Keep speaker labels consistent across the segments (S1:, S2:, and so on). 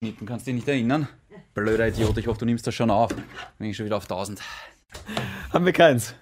S1: Nieten, kannst dich nicht erinnern? Blöder Idiot, ich hoffe, du nimmst das schon auf. Bin ich schon wieder auf 1000.
S2: Haben wir keins.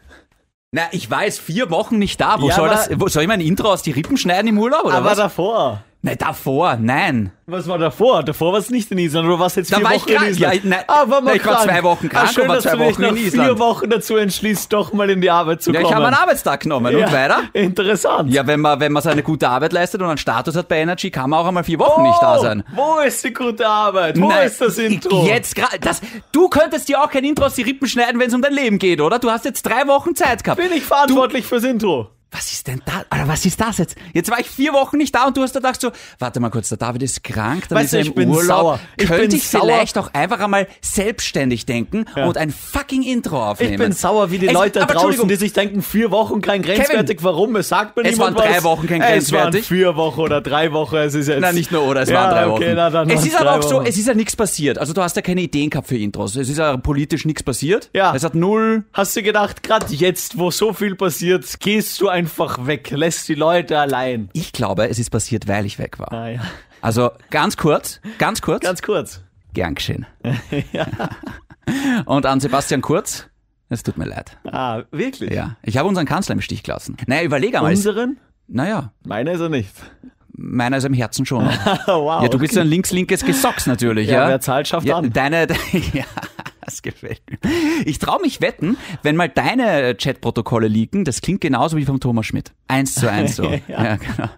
S1: Na, ich weiß, vier Wochen nicht da. Wo
S2: Ja,
S1: soll
S2: aber-
S1: das? Wo, soll ich mein Intro aus die Rippen schneiden im Urlaub oder
S2: Aber
S1: was?
S2: davor.
S1: Nein, davor, nein.
S2: Was war davor? Davor warst du nicht in Island, oder warst jetzt
S1: Da
S2: vier
S1: war ich
S2: Wochen in
S1: krank.
S2: Island?
S1: Ja, nein,
S2: ah, war mal
S1: nein, ich war
S2: krank.
S1: zwei Wochen krank
S2: ah, schön,
S1: und war
S2: dass
S1: zwei
S2: du dich
S1: Wochen
S2: nach
S1: in Island.
S2: vier Wochen dazu entschließt, doch mal in die Arbeit zu
S1: Ja,
S2: kommen.
S1: ich habe einen Arbeitstag genommen und
S2: Ja,
S1: weiter.
S2: Interessant.
S1: Ja, wenn man, wenn man seine gute Arbeit leistet und einen Status hat bei Energy, kann man auch einmal vier Wochen nicht da sein.
S2: Wo ist die gute Arbeit? Oh, Wo
S1: Nein,
S2: ist das
S1: ich-
S2: Intro?
S1: Jetzt gerade. das- Du könntest dir auch kein Intro aus die Rippen schneiden, wenn es um dein Leben geht, oder? Du hast jetzt drei Wochen Zeit gehabt.
S2: bin ich verantwortlich fürs Intro.
S1: Was ist denn da? Alter, was ist das jetzt? Jetzt war ich vier Wochen nicht da und du hast da gedacht so, warte mal kurz, der David ist krank, dann
S2: Weißt
S1: ist
S2: du,
S1: er
S2: ich
S1: im
S2: bin
S1: Urlaub.
S2: sauer. Ich
S1: Könnte
S2: bin
S1: ich
S2: sauer.
S1: vielleicht auch einfach einmal selbstständig denken und ein fucking Intro aufnehmen?
S2: Ich bin sauer wie die
S1: Es-
S2: Leute da
S1: aber
S2: draußen,
S1: Entschuldigung,
S2: die sich denken, vier Wochen kein grenzwertig. Warum? Es sagt mir
S1: Es
S2: niemand
S1: waren drei
S2: was.
S1: Wochen kein
S2: Es waren
S1: grenzwertig.
S2: vier Wochen oder drei Wochen. Es ist jetzt.
S1: Na, nicht nur, oder? Es
S2: ja,
S1: waren drei Wochen.
S2: Okay, na, dann
S1: es
S2: waren's
S1: ist aber
S2: drei
S1: auch so,
S2: Wochen.
S1: es ist ja nichts passiert. Also du hast ja keine Ideen gehabt für Intros. Es ist ja politisch nichts passiert.
S2: Ja.
S1: Es hat null.
S2: Hast du gedacht, gerade jetzt, wo so viel passiert, gehst du einfach weg, lässt die Leute allein?
S1: Ich glaube, es ist passiert, weil ich weg war.
S2: Naja,
S1: Also ganz kurz, ganz kurz,
S2: ganz kurz.
S1: gern geschehen. Und an Sebastian Kurz, es tut mir leid.
S2: Ah, wirklich?
S1: Ja, ich habe unseren Kanzler im Stich gelassen. Naja, überleg einmal. es-
S2: Unseren?
S1: Naja,
S2: Meiner ist er nicht.
S1: meiner ist im Herzen schon. noch.
S2: Oh, wow.
S1: Ja, du bist ein links-linkes Gesocks natürlich.
S2: Ja,
S1: ja,
S2: wer zahlt, schafft
S1: ja,
S2: an.
S1: Deine, ja, das gefällt mir. Ich traue mich wetten, wenn mal deine Chatprotokolle leaken, das klingt genauso wie vom Thomas Schmidt. Eins zu eins so. ja. genau.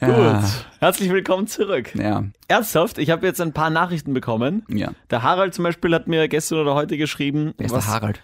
S2: Gut. Herzlich willkommen zurück.
S1: Ja,
S2: Ernsthaft, ich habe jetzt ein paar Nachrichten bekommen.
S1: ja.
S2: Der Harald zum Beispiel hat mir gestern oder heute geschrieben.
S1: Wer ist
S2: was-
S1: der Harald?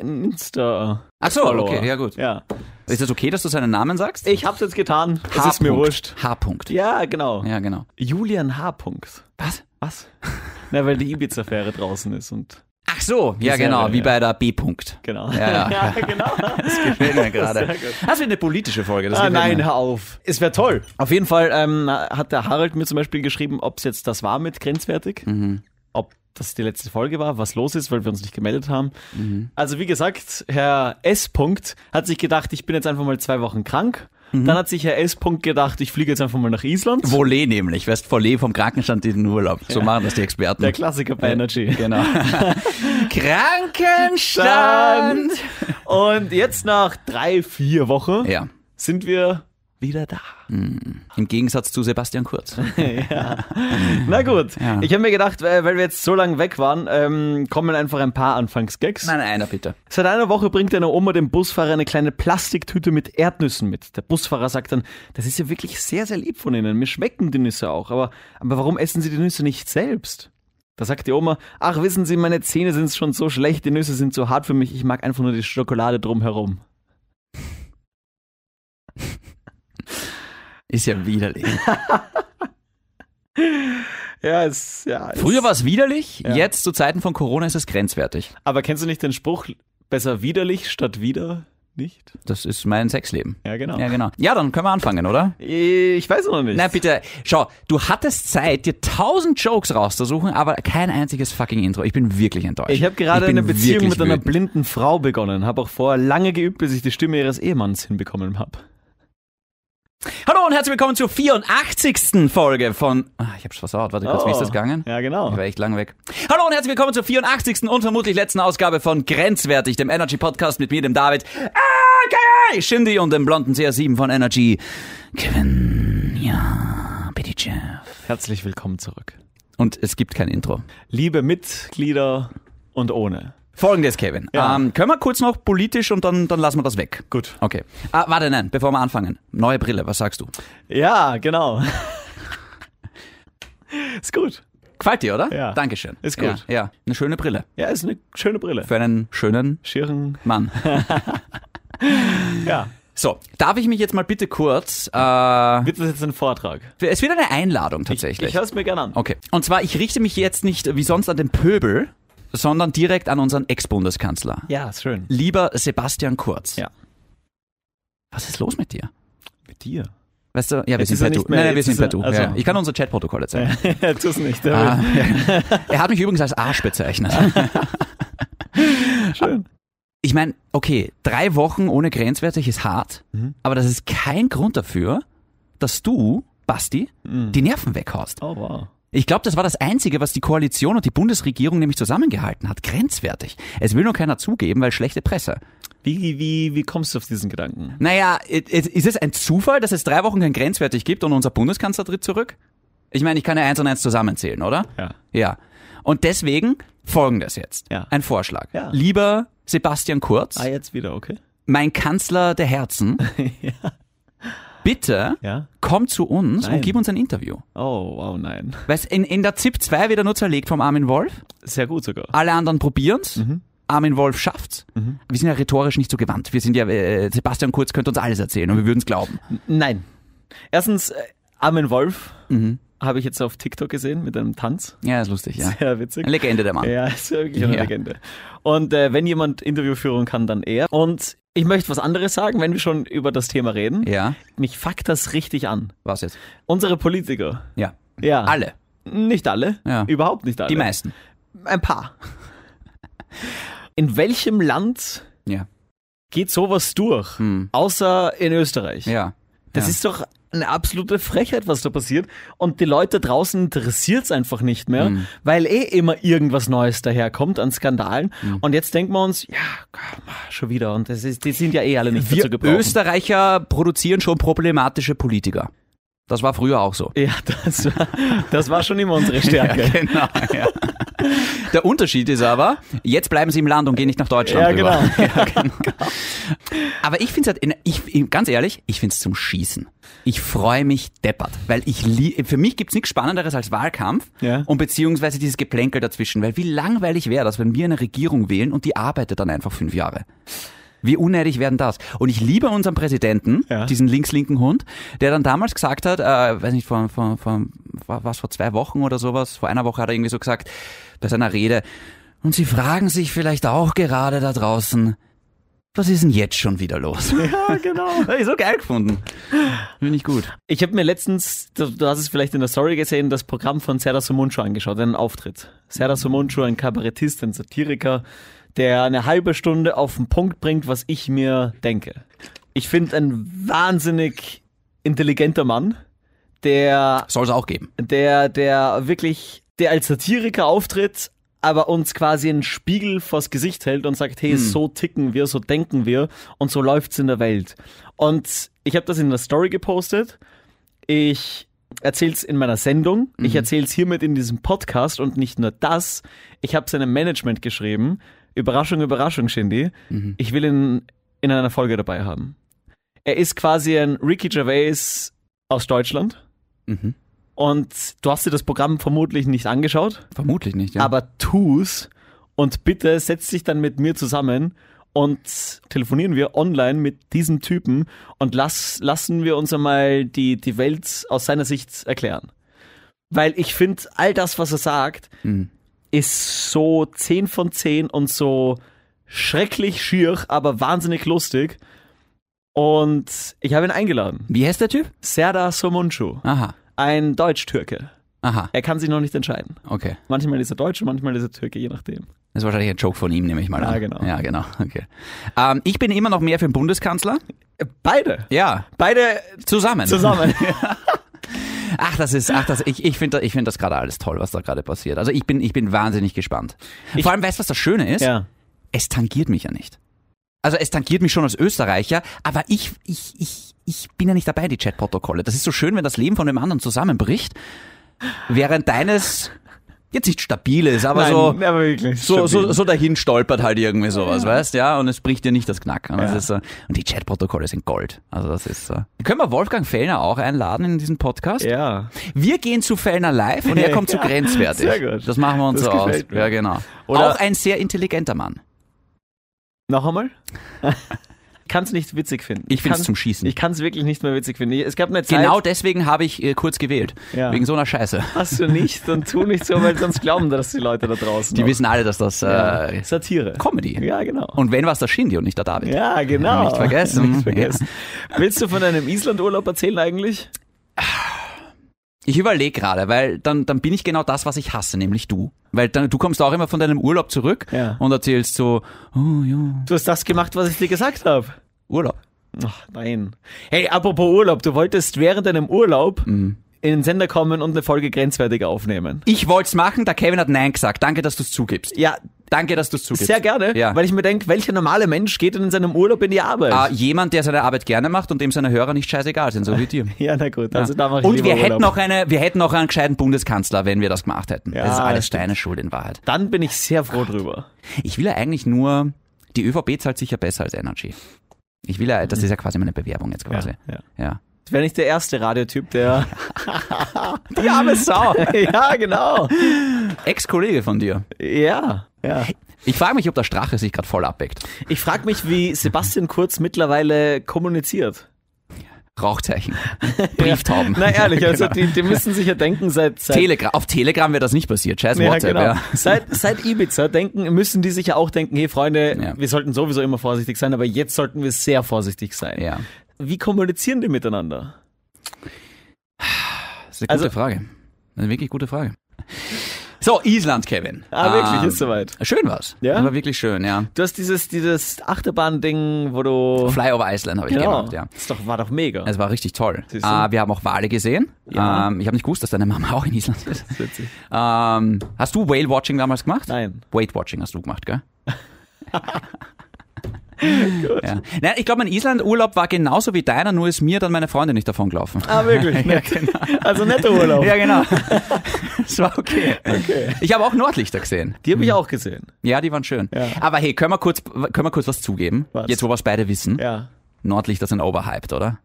S2: Ein Insta.
S1: Ach so,
S2: Follower.
S1: okay, ja gut.
S2: Ja.
S1: Ist das okay, dass du seinen Namen sagst?
S2: Ich hab's jetzt getan. Es
S1: H.
S2: ist mir
S1: Punkt.
S2: wurscht.
S1: H. Punkt.
S2: Ja, genau.
S1: Ja, genau.
S2: Julian H. Punkt.
S1: Was?
S2: Was? Na, weil die Ibiza-Fähre draußen ist und
S1: Ach so, ja
S2: Sehr,
S1: genau,
S2: ja.
S1: wie bei der B. Punkt.
S2: genau.
S1: Ja, ja.
S2: genau.
S1: Gefällt mir gerade. Das wird eine politische Folge. Das
S2: Ah,
S1: gefällt
S2: nein,
S1: mir.
S2: hör auf. Es wäre toll. Auf jeden Fall ähm, hat der Harald mir zum Beispiel geschrieben, ob es jetzt das war mit grenzwertig, ob das die letzte Folge war, was los ist, weil wir uns nicht gemeldet haben. Also wie gesagt, Herr S. Punkt hat sich gedacht, ich bin jetzt einfach mal zwei Wochen krank. Dann hat sich Herr S. Punkt gedacht, ich fliege jetzt einfach mal nach Island.
S1: Volé nämlich, weißt Volé vom Krankenstand in den Urlaub. So machen das die Experten.
S2: Der Klassiker bei Energy.
S1: Genau. Krankenstand!
S2: Und jetzt nach drei, vier Wochen
S1: Ja,
S2: sind wir wieder da.
S1: im Gegensatz zu Sebastian Kurz.
S2: Na gut,
S1: Ja.
S2: ich habe mir gedacht, äh, weil wir jetzt so lange weg waren, ähm, kommen einfach ein paar Anfangsgags.
S1: Nein, einer bitte.
S2: Seit einer Woche bringt deine Oma dem Busfahrer eine kleine Plastiktüte mit Erdnüssen mit. Der Busfahrer sagt dann, das ist ja wirklich sehr, sehr lieb von Ihnen. Mir schmecken die Nüsse auch. Aber, aber warum essen Sie die Nüsse nicht selbst? Da sagt die Oma, ach wissen Sie, meine Zähne sind schon so schlecht, die Nüsse sind so hart für mich, ich mag einfach nur die Schokolade drumherum.
S1: Ist ja widerlich.
S2: Ja, es, ja. es-
S1: Früher war es widerlich, jetzt zu Zeiten von Corona ist es grenzwertig.
S2: Aber kennst du nicht den Spruch, besser widerlich statt wieder nicht?
S1: Das ist mein Sexleben.
S2: Ja, genau.
S1: Ja, genau. Ja, dann können wir anfangen, oder?
S2: Ich weiß noch nicht.
S1: Na bitte, schau, du hattest Zeit, dir tausend Jokes rauszusuchen, aber kein einziges fucking Intro. Ich bin wirklich enttäuscht.
S2: Ich habe gerade
S1: Ich bin
S2: eine Beziehung
S1: wirklich
S2: mit einer
S1: wütend.
S2: blinden Frau begonnen, habe auch vorher lange geübt, bis ich die Stimme ihres Ehemanns hinbekommen habe.
S1: Hallo und herzlich willkommen zur 84. Folge von. Ah, ich hab's versaut, warte kurz, wie ist das gegangen?
S2: Ja, genau.
S1: Ich war echt lang weg. Hallo und herzlich willkommen zur 84. und vermutlich letzten Ausgabe von Grenzwertig, dem Energy Podcast mit mir, dem David, aka Shindy und dem blonden CR7 von Energy, Kevin, ja, bitte Jeff.
S2: Herzlich willkommen zurück.
S1: Und es gibt kein Intro.
S2: Liebe Mitglieder und ohne.
S1: Folgendes, Kevin.
S2: Ja.
S1: Ähm, können wir kurz noch politisch und dann, dann lassen wir das weg.
S2: Gut.
S1: Okay. Ah, warte, nein, bevor wir anfangen. Neue Brille, was sagst du?
S2: Ja, genau. ist gut.
S1: Gefällt dir, oder?
S2: Ja.
S1: Dankeschön.
S2: Ist gut.
S1: Ja, ja. eine schöne Brille.
S2: Ja, ist eine schöne Brille.
S1: Für einen schönen
S2: Schirren.
S1: Mann.
S2: Ja.
S1: So, darf ich mich jetzt mal bitte kurz... Äh,
S2: Wird das jetzt ein Vortrag?
S1: es wird eine Einladung tatsächlich.
S2: Ich höre es mir gerne an.
S1: okay. Und zwar, ich richte mich jetzt nicht wie sonst an den Pöbel, sondern direkt an unseren Ex-Bundeskanzler.
S2: Ja, ist schön.
S1: Lieber Sebastian Kurz.
S2: Ja.
S1: Was ist los mit dir?
S2: Mit dir.
S1: Weißt du, ja, wir
S2: Jetzt
S1: sind
S2: ist er
S1: per Du.
S2: nicht mehr-
S1: Nein, nein, wir
S2: jetzt
S1: sind
S2: ist er-
S1: per Du.
S2: also-
S1: Ja, ich kann unsere Chatprotokolle zeigen.
S2: Tu's nicht. David.
S1: Ah, ja. Er hat mich übrigens als Arsch bezeichnet.
S2: Schön.
S1: Ich meine, okay, drei Wochen ohne grenzwertig ist hart,
S2: Mhm.
S1: aber das
S2: Mhm.
S1: ist kein Grund dafür, dass du, Basti, die Nerven weghaust.
S2: Oh, wow.
S1: Ich glaube, das war das Einzige, was die Koalition und die Bundesregierung nämlich zusammengehalten hat. Grenzwertig. Es will nur keiner zugeben, weil schlechte Presse.
S2: Wie, wie, wie kommst du auf diesen Gedanken?
S1: Naja, it- it- ist es ein Zufall, dass es drei Wochen kein Grenzwertig gibt und unser Bundeskanzler tritt zurück? Ich meine, ich kann ja eins und eins zusammenzählen, oder?
S2: Ja.
S1: Ja. Und deswegen folgendes jetzt.
S2: Ja.
S1: Ein Vorschlag.
S2: Ja.
S1: Lieber Sebastian Kurz,
S2: Ah, jetzt wieder, okay.
S1: mein Kanzler der Herzen, bitte
S2: Ja.
S1: komm zu uns
S2: Nein.
S1: und gib uns ein Interview.
S2: Oh, wow, nein.
S1: Weil in, in der ZIP 2 wieder nur zerlegt vom Armin Wolf.
S2: Sehr gut sogar.
S1: Alle anderen probieren's. Armin Wolf schafft's. Wir sind ja rhetorisch nicht so gewandt. Wir sind ja, äh, Sebastian Kurz könnte uns alles erzählen und wir würden's glauben.
S2: Nein. Erstens, äh, Armin Wolf habe ich jetzt auf TikTok gesehen mit einem Tanz.
S1: Ja, ist lustig, ja.
S2: Sehr witzig.
S1: Eine Legende der Mann.
S2: Ja, ist Ah. ja wirklich eine
S1: Ja.
S2: Legende. Und äh, wenn jemand Interviewführung kann, dann er. Und ich möchte was anderes sagen, wenn wir schon über das Thema reden.
S1: Ja,
S2: Mich fuckt das richtig an.
S1: was jetzt? Ah.
S2: Unsere Politiker.
S1: Ja.
S2: Ja.
S1: Alle.
S2: Nicht alle.
S1: Ja.
S2: Überhaupt nicht alle.
S1: Die meisten.
S2: Ein paar. In welchem Land
S1: Ja.
S2: geht sowas durch? Außer in Österreich.
S1: Hm. Ja.
S2: Das
S1: ja.
S2: ist doch eine absolute Frechheit, was da passiert. Und die Leute draußen interessiert es einfach nicht mehr,
S1: Hm.
S2: weil eh immer irgendwas Neues daherkommt an Skandalen.
S1: Hm.
S2: Und jetzt denken wir uns, ja, komm, schon wieder. Und das ist, die sind ja eh alle nicht dazu
S1: Wir
S2: gebrauchen.
S1: Österreicher produzieren schon problematische Politiker. Das war früher auch so.
S2: ja, das war, das war schon immer unsere Stärke.
S1: genau. Ja. Der Unterschied ist aber, jetzt bleiben sie im Land und gehen nicht nach Deutschland
S2: Ja,
S1: rüber.
S2: genau.
S1: Ja, genau. Aber ich finde es halt, in- ich, ganz ehrlich, ich finde es zum Schießen. Ich freue mich deppert, weil ich lie- für mich gibt's nichts Spannenderes als Wahlkampf
S2: Ja.
S1: und beziehungsweise dieses Geplänkel dazwischen. Weil wie langweilig wäre das, wenn wir eine Regierung wählen und die arbeitet dann einfach fünf Jahre. Wie unneidig werden das? Und ich liebe unseren Präsidenten,
S2: Ja.
S1: diesen links-linken Hund, der dann damals gesagt hat, äh, weiß nicht, vor, vor, vor, vor, was, vor zwei Wochen oder sowas, vor einer Woche hat er irgendwie so gesagt, bei seiner Rede, und Sie fragen sich vielleicht auch gerade da draußen, was ist denn jetzt schon wieder los?
S2: Ja, genau.
S1: Hab ich so geil gefunden. Finde ich gut.
S2: Ich habe mir letztens, du, du hast es vielleicht in der Story gesehen, das Programm von Serdar Somuncu angeschaut, einen Auftritt. Serdar Somuncu, ein Kabarettist, ein Satiriker, der eine halbe Stunde auf den Punkt bringt, was ich mir denke. Ich finde ein wahnsinnig intelligenter Mann, der,
S1: Soll es auch geben.
S2: der, der wirklich, der als Satiriker auftritt, aber uns quasi einen Spiegel vors Gesicht hält und sagt, hey, so ticken wir, so denken wir und so läuft's in der Welt. Und ich habe das in der Story gepostet ich erzähle es in meiner Sendung, ich erzähle es hiermit in diesem Podcast und nicht nur das. Ich habe seinem Management geschrieben. Überraschung, Überraschung, Shindy. Ich will ihn in einer Folge dabei haben. Er ist quasi ein Ricky Gervais aus Deutschland.
S1: Mhm.
S2: Und du hast dir das Programm vermutlich nicht angeschaut.
S1: Vermutlich nicht, ja.
S2: Aber tu's und bitte setz dich dann mit mir zusammen und telefonieren wir online mit diesem Typen und lass, lassen wir uns einmal die, die Welt aus seiner Sicht erklären. Weil ich finde, all das, was er sagt,
S1: Mhm.
S2: ist so 10 von 10 und so schrecklich schier, aber wahnsinnig lustig. Und ich habe ihn eingeladen.
S1: Wie heißt der Typ?
S2: Serdar Somuncu,
S1: Aha.
S2: ein Deutsch-Türke.
S1: Aha.
S2: Er kann sich noch nicht entscheiden.
S1: Okay.
S2: Manchmal ist er Deutsche, manchmal ist er Türke, je nachdem.
S1: Das ist wahrscheinlich ein Joke von ihm, nehme ich mal an.
S2: Ja, genau.
S1: Ja, genau. Okay. Ähm, ich bin immer noch mehr für den Bundeskanzler.
S2: Beide.
S1: Ja.
S2: Beide
S1: Zusammen.
S2: zusammen.
S1: Ach, das ist, ach, das, ich, ich finde ich find das gerade alles toll, was da gerade passiert. Also ich bin, ich bin wahnsinnig gespannt. Vor allem, weißt du, was das Schöne ist?
S2: ja.
S1: es tangiert mich ja nicht. Also es tangiert mich schon als Österreicher, aber ich, ich, ich, ich bin ja nicht dabei, die Chatprotokolle. Das ist so schön, wenn das Leben von dem anderen zusammenbricht, während deines jetzt nicht stabil ist, aber
S2: Nein,
S1: so,
S2: aber wirklich.
S1: Also, so, so,
S2: stabil.
S1: so dahin stolpert halt irgendwie sowas, weißt ja, und es bricht dir nicht das Knack. Und, das
S2: Ja.
S1: ist so, und die Chatprotokolle sind Gold. Also das ist so. Können wir Wolfgang Fellner auch einladen in diesen Podcast?
S2: Ja.
S1: Wir gehen zu Fellner live und er kommt zu
S2: Ja,
S1: grenzwertig.
S2: sehr gut.
S1: Das machen wir uns so
S2: Das
S1: aus.
S2: gefällt mir.
S1: Ja, genau.
S2: Oder-
S1: auch ein sehr intelligenter Mann.
S2: Noch einmal? kann es nicht witzig finden.
S1: Ich find's
S2: Kann-
S1: zum Schießen.
S2: Ich kann es wirklich nicht mehr witzig finden. Es gab eine Zeit,
S1: Genau deswegen habe ich äh, kurz gewählt.
S2: Ja.
S1: Wegen so einer Scheiße.
S2: hast du nicht und tu nicht so, weil sonst glauben das die Leute da draußen.
S1: Die
S2: noch.
S1: wissen alle, dass das äh,
S2: ja. Satire.
S1: Comedy.
S2: Ja, genau.
S1: Und wenn war es der Shindy und nicht der David?
S2: ja, genau.
S1: Nicht vergessen.
S2: Nicht vergessen. Willst du von deinem Islandurlaub erzählen eigentlich?
S1: Ich überlege gerade, weil dann, dann bin ich genau das, was ich hasse, nämlich du. Weil dann, du kommst auch immer von deinem Urlaub zurück
S2: Ja.
S1: und erzählst so, oh ja,
S2: Du hast das gemacht, was ich dir gesagt habe.
S1: Urlaub. Mhm.
S2: Ach, nein. Hey, apropos Urlaub, du wolltest während deinem Urlaub in den Sender kommen und eine Folge grenzwertig aufnehmen.
S1: Ich wollte es machen, der Kevin hat Nein gesagt. Danke, dass du es zugibst.
S2: Ja,
S1: Danke, dass du es zugibst.
S2: sehr gerne,
S1: Ja.
S2: weil ich mir denke, welcher normale Mensch geht denn in seinem Urlaub in die Arbeit?
S1: Ah, jemand, der seine Arbeit gerne macht und dem seine Hörer nicht scheißegal sind, so wie dir.
S2: ja, na gut, also da mache ich
S1: Und
S2: lieber
S1: wir
S2: Urlaub.
S1: hätten, noch eine, wir hätten noch einen gescheiten Bundeskanzler, wenn wir das gemacht hätten.
S2: Ja,
S1: das ist
S2: das
S1: alles
S2: stimmt.
S1: deine Schuld in Wahrheit.
S2: Dann bin ich sehr froh drüber.
S1: Ich will ja eigentlich nur, die ÖVP zahlt sicher besser als Energy. Ich will ja, das ist ja quasi meine Bewerbung jetzt quasi.
S2: ja.
S1: Ja.
S2: Das wäre nicht der erste Radiotyp, der...
S1: Die arme Sau.
S2: ja, genau.
S1: Ex-Kollege von dir.
S2: Ja, ja.
S1: Ich frage mich, ob der Strache sich gerade voll abweckt.
S2: Ich frage mich, wie Sebastian Kurz mittlerweile kommuniziert.
S1: Rauchzeichen. Brieftauben.
S2: Na ehrlich,
S1: Genau.
S2: also die, die müssen sich ja denken, seit, seit
S1: Telegra auf Telegram wäre das nicht passiert. Scheiß WhatsApp,
S2: genau.
S1: ja.
S2: Seit, seit Ibiza denken, müssen die sich ja auch denken, hey Freunde,
S1: Ja.
S2: wir sollten sowieso immer vorsichtig sein, aber jetzt sollten wir sehr vorsichtig sein.
S1: ja.
S2: Wie kommunizieren die miteinander?
S1: Das ist eine
S2: Also-
S1: gute Frage. Eine wirklich gute Frage. So, Island, Kevin.
S2: Ah, wirklich,
S1: Ähm,
S2: ist soweit.
S1: Schön war's.
S2: Ja?
S1: Das war wirklich schön, ja.
S2: Du hast dieses, dieses Achterbahn-Ding, wo du...
S1: Fly over Iceland habe ich gemacht, ja.
S2: Das ist doch, war doch mega.
S1: Es war richtig toll. Äh,
S2: Genau. Siehst du?
S1: wir haben auch Wale gesehen.
S2: Ja.
S1: Ähm, ich habe nicht gewusst, dass deine Mama auch in Island ist.
S2: Das ist witzig.
S1: Ähm, hast du Whale Watching damals gemacht?
S2: Nein.
S1: Weight Watching hast du gemacht, gell? ja. Nein, ich glaube, mein Island-Urlaub war genauso wie deiner, nur ist mir dann meine Freundin nicht davon gelaufen.
S2: Ah, wirklich? nett. Also netter Urlaub.
S1: genau. Ja, genau. Es war okay. Ich habe auch Nordlichter gesehen.
S2: Die habe ich auch gesehen.
S1: Ja, die waren schön.
S2: Ja.
S1: Aber hey, können wir kurz, können wir kurz was zugeben?
S2: Was?
S1: Jetzt, wo wir es beide wissen.
S2: Ja.
S1: Nordlichter sind overhyped, oder?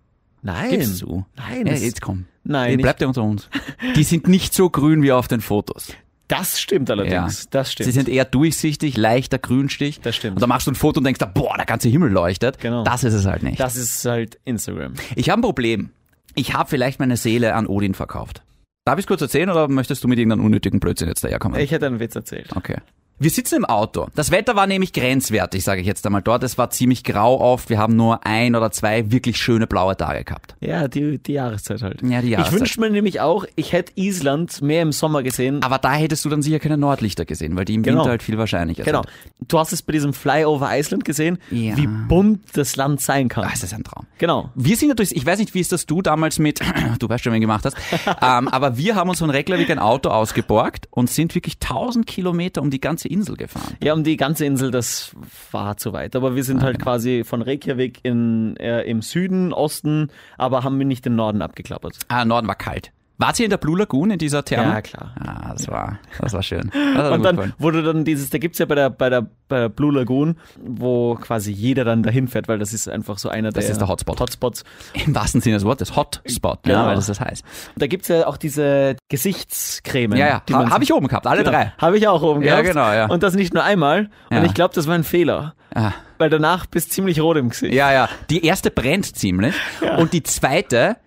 S2: Nein.
S1: Gibst du?
S2: Nein.
S1: Ja,
S2: das-
S1: jetzt komm.
S2: Nein,
S1: Nee,
S2: ich-
S1: bleibt ja unter uns. Die sind nicht so grün wie auf den Fotos.
S2: Das stimmt allerdings.
S1: Ja.
S2: Das
S1: Sie
S2: stimmt.
S1: sind eher durchsichtig, leichter Grünstich.
S2: Das stimmt.
S1: Und da machst du ein Foto und denkst, da, boah, der ganze Himmel leuchtet.
S2: Genau.
S1: Das ist es halt nicht.
S2: das ist halt Instagram.
S1: Ich habe ein Problem. Ich habe vielleicht meine Seele an Odin verkauft. Darf ich es kurz erzählen oder möchtest du mit irgendeinem unnötigen Blödsinn jetzt daherkommen?
S2: Ich hätte einen Witz erzählt.
S1: Okay. Wir sitzen im Auto. Das Wetter war nämlich grenzwertig, sage ich jetzt einmal dort. Es war ziemlich grau oft. Wir haben nur ein oder zwei wirklich schöne blaue Tage gehabt.
S2: Ja, die, die Jahreszeit halt.
S1: Ja, die Jahreszeit.
S2: Ich wünsche mir nämlich auch, ich hätte Island mehr im Sommer gesehen.
S1: Aber da hättest du dann sicher keine Nordlichter gesehen, weil die im
S2: Genau.
S1: Winter halt viel wahrscheinlicher
S2: Genau.
S1: sind.
S2: Du hast es bei diesem Flyover Island gesehen,
S1: Ja.
S2: wie bunt das Land sein kann.
S1: Ah, es ist ein Traum.
S2: Genau.
S1: Wir sind natürlich, ich weiß nicht, wie es das du damals mit, du weißt schon, wen gemacht hast, ähm, aber wir haben uns von Reykjavik ein Auto ausgeborgt und sind wirklich 1000 Kilometer um die ganze Insel gefahren.
S2: Ja, um die ganze Insel, das war zu weit. Aber wir sind halt
S1: genau.
S2: quasi von Reykjavik in, äh, im Süden, Osten, aber haben wir nicht den Norden abgeklappert.
S1: Ah, Norden war kalt. Wart ihr in der Blue Lagoon in dieser Therme?
S2: Ja, klar.
S1: Ah, das war, das war schön. Das hat mir
S2: Und
S1: gut
S2: dann
S1: gefallen.
S2: wurde dann dieses, da gibt's ja bei der, bei, der, bei der Blue Lagoon, wo quasi jeder dann dahin fährt, weil das ist einfach so einer der,
S1: ist der Hotspot.
S2: Hotspots.
S1: Im wahrsten Sinne des Wortes, Hotspot,
S2: Genau.
S1: ja, weil das das heißt.
S2: Da gibt's ja auch diese Gesichtscreme.
S1: Ja, ja,
S2: die Genau.
S1: ha,
S2: man
S1: habe ich oben gehabt, alle drei.
S2: Habe ich auch oben
S1: Ja,
S2: gehabt.
S1: genau, ja.
S2: Und das nicht nur einmal.
S1: Ja.
S2: Und ich glaube, das war ein Fehler.
S1: Ah.
S2: Weil danach bist du ziemlich rot im Gesicht.
S1: Ja, ja, die erste brennt ziemlich und die zweite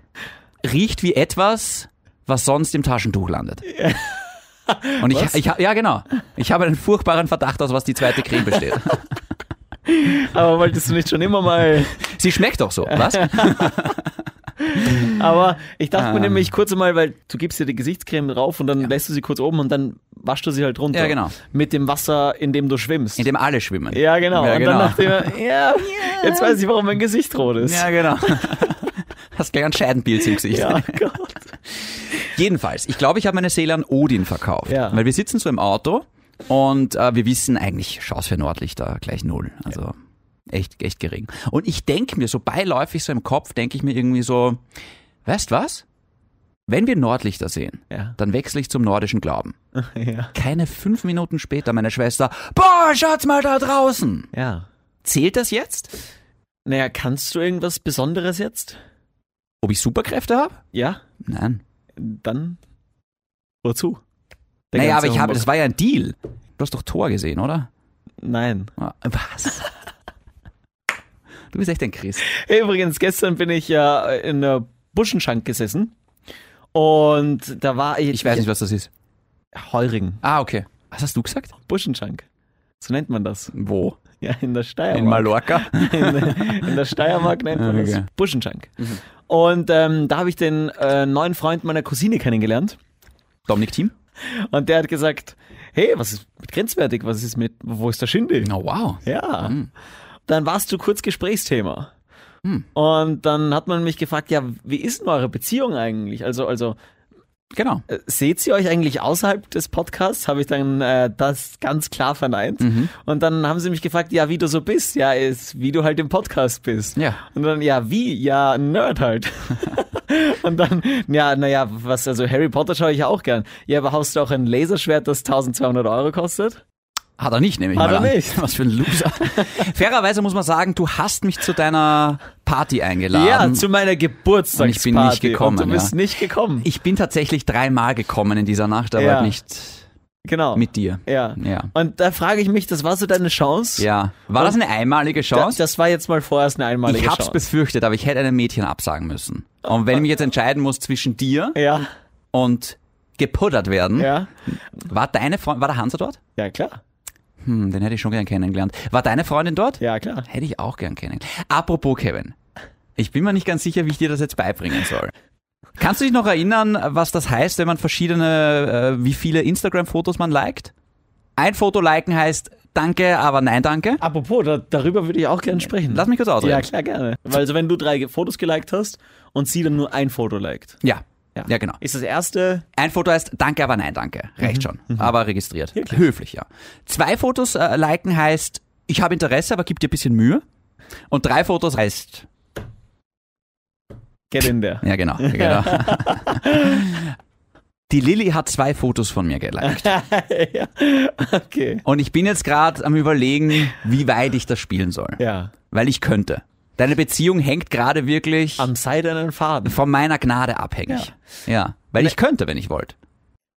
S1: riecht wie etwas, was sonst im Taschentuch landet. Und ich, ich, hab- ja genau, ich habe einen furchtbaren Verdacht, aus was die zweite Creme besteht.
S2: Aber wolltest du nicht schon immer mal.
S1: Sie schmeckt doch so, was?
S2: Aber ich dachte mir
S1: Ähm.
S2: nämlich kurz mal, weil du gibst dir die Gesichtscreme drauf und dann lässt du sie kurz oben und dann waschst du sie halt runter.
S1: Ja, genau.
S2: Mit dem Wasser, in dem du schwimmst.
S1: In dem alle schwimmen.
S2: Ja, genau.
S1: Ja,
S2: und
S1: genau.
S2: dann dachte ich mir, ja, jetzt weiß ich, warum mein Gesicht rot ist.
S1: Ja, genau. Hast gleich einen Scheidenpilz im Gesicht.
S2: Ja, Gott.
S1: Jedenfalls, ich glaube, ich habe meine Seele an Odin verkauft.
S2: Ja.
S1: Weil wir sitzen so im Auto und äh, wir wissen eigentlich, Chance für Nordlichter gleich null. Also echt, echt gering. Und ich denke mir so beiläufig so im Kopf, denke ich mir irgendwie so, weißt was? Wenn wir Nordlichter sehen,
S2: Ja.
S1: dann wechsle ich zum nordischen Glauben.
S2: Ja.
S1: Keine fünf Minuten später meine Schwester, boah, schaut's mal da draußen.
S2: ja.
S1: Zählt das jetzt?
S2: Naja, kannst du irgendwas Besonderes jetzt?
S1: Ob ich Superkräfte habe?
S2: Ja?
S1: Nein.
S2: Dann wozu? Der
S1: Naja,
S2: ganze
S1: aber ich habe,
S2: Humbug.
S1: das war ja ein Deal. Du hast doch Tor gesehen, oder?
S2: Nein.
S1: Ah, Was? Du bist echt ein Christ.
S2: Hey, übrigens, gestern bin ich ja in der Buschenschank gesessen. Und da war ich.
S1: Ich weiß nicht, was das ist.
S2: Heurigen.
S1: Ah, okay. Was hast du gesagt?
S2: Buschenschank. So nennt man das.
S1: Wo?
S2: Ja, in der Steiermark.
S1: In Mallorca?
S2: in, in der Steiermark nennt man das
S1: Okay. Mhm.
S2: Buschenschank. Und ähm, da habe ich den äh, neuen Freund meiner Cousine kennengelernt
S1: Dominik Thiem?
S2: und der hat gesagt, hey, was ist mit grenzwertig, was ist mit, wo ist der Schindy?
S1: Oh, wow.
S2: Ja. Dann warst du kurz Gesprächsthema. Und dann hat man mich gefragt, ja, wie ist denn eure Beziehung eigentlich? Also, also
S1: Genau.
S2: äh, seht ihr euch eigentlich außerhalb des Podcasts? Habe ich dann äh, das ganz klar verneint. Und dann haben sie mich gefragt, ja, wie du so bist. Ja, ist, wie du halt im Podcast bist.
S1: Ja.
S2: Und dann, ja, wie? Ja, Nerd halt. Und dann, ja, naja, was, also Harry Potter schaue ich ja auch gern. Ja, aber hast du auch ein Laserschwert, das 1200 Euro kostet?
S1: Hat er nicht, nämlich.
S2: Hat
S1: mal
S2: er
S1: an.
S2: nicht.
S1: Was für ein Loser. Fairerweise muss man sagen, du hast mich zu deiner Party eingeladen.
S2: Ja, zu meiner Geburtstagsparty.
S1: Und ich bin nicht gekommen,
S2: Und du bist
S1: ja.
S2: nicht gekommen.
S1: ich bin tatsächlich dreimal gekommen in dieser Nacht, aber
S2: Ja.
S1: nicht
S2: genau.
S1: mit dir.
S2: ja.
S1: Ja.
S2: Und da frage ich mich, das war so deine Chance?
S1: Ja. War das eine einmalige
S2: Da,
S1: Chance?
S2: das war jetzt mal vorerst eine einmalige
S1: ich hab's
S2: Chance.
S1: befürchtet, aber ich hätte einem Mädchen absagen müssen. Und wenn ich mich jetzt entscheiden muss zwischen dir
S2: ja,
S1: und gepuddert werden,
S2: ja.
S1: war deine Freundin, war der Hansa dort?
S2: Ja, klar.
S1: Hm, den hätte ich schon gern kennengelernt. War deine Freundin dort?
S2: Ja, klar.
S1: Hätte ich auch gern kennengelernt. Apropos Kevin, ich bin mir nicht ganz sicher, wie ich dir das jetzt beibringen soll. Kannst du dich noch erinnern, was das heißt, wenn man verschiedene, äh, wie viele Instagram-Fotos man liked? Ein Foto liken heißt Danke, aber nein, danke.
S2: Apropos, da, darüber würde ich auch gerne sprechen.
S1: Lass mich kurz ausreden.
S2: Ja, klar, gerne. Weil also wenn du drei Ge- Fotos geliked hast und sie dann nur ein Foto liked,
S1: Ja. Ja. ja, genau.
S2: ist das erste,
S1: Ein Foto heißt Danke, aber nein, danke. Reicht schon. Aber registriert. Höflich, Mhm. ja. Zwei Fotos äh, liken heißt Ich habe Interesse, aber gib dir ein bisschen Mühe. Und drei Fotos heißt
S2: get in there.
S1: Ja, genau. genau. Die Lilly hat zwei Fotos von mir geliked.
S2: ja. Okay.
S1: Und ich bin jetzt gerade am überlegen, wie weit ich das spielen soll.
S2: Ja.
S1: Weil ich könnte. Deine Beziehung hängt gerade wirklich
S2: Am seidenen Faden.
S1: von meiner Gnade abhängig. Ja. Weil ich könnte, wenn ich wollte.